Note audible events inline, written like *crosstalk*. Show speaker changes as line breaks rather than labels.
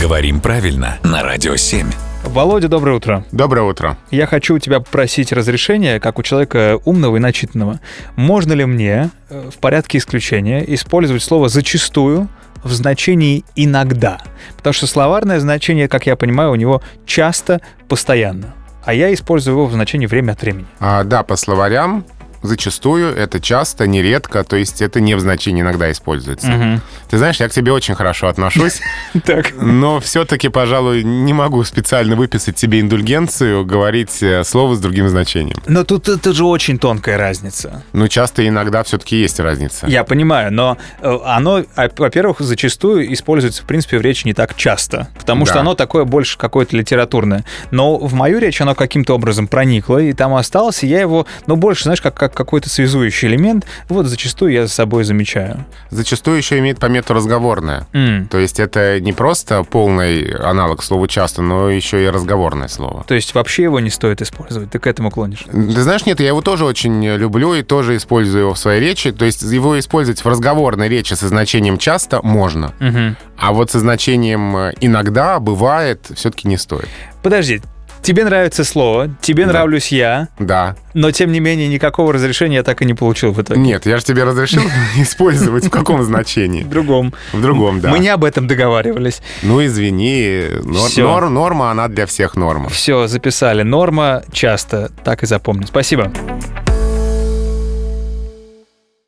Говорим правильно на Радио 7.
Володя, доброе утро.
Доброе утро.
Я хочу у тебя попросить разрешения, как у человека умного и начитанного. Можно ли мне э, в порядке исключения использовать слово «зачастую» в значении «иногда»? Потому что словарное значение, как я понимаю, у него часто, постоянно. А я использую его в значении «время от времени».
А, да, по словарям зачастую это часто, нередко, то есть это не в значении иногда используется. Ты знаешь, я к тебе очень хорошо отношусь,
Так.
но все-таки, пожалуй, не могу специально выписать тебе индульгенцию, говорить э, слово с другим значением.
Но тут это же очень тонкая разница.
Но часто и иногда все-таки есть разница.
Я понимаю, но э, оно, а, во-первых, зачастую используется, в принципе, в речи не так часто, потому что
Да.
оно такое больше какое-то литературное. Но в мою речь оно каким-то образом проникло, и там осталось, и я его, ну, больше, знаешь, как, как какой-то связующий элемент, вот зачастую я за собой замечаю.
Зачастую еще имеет помету разговорное.
М.
То есть это не просто полный аналог слова часто, но еще и разговорное слово.
То есть вообще его не стоит использовать, ты к этому клонишь.
Ты знаешь, нет, я его тоже очень люблю и тоже использую его в своей речи. То есть его использовать в разговорной речи со значением часто можно,
Мгм.
а вот со значением э, иногда, бывает, все-таки не стоит.
Подожди, тебе нравится слово, тебе
Да.
нравлюсь я,
Да.
но тем не менее никакого разрешения я так и не получил в итоге.
Нет, я же
*laughs*
тебе разрешил использовать в каком
В
значении?
другом.
В другом, да.
Мы не об этом договаривались.
Ну, извини, нор-
Всё.
нор- норма, она для всех норма.
Все, записали. Норма часто. Так и запомню. Спасибо.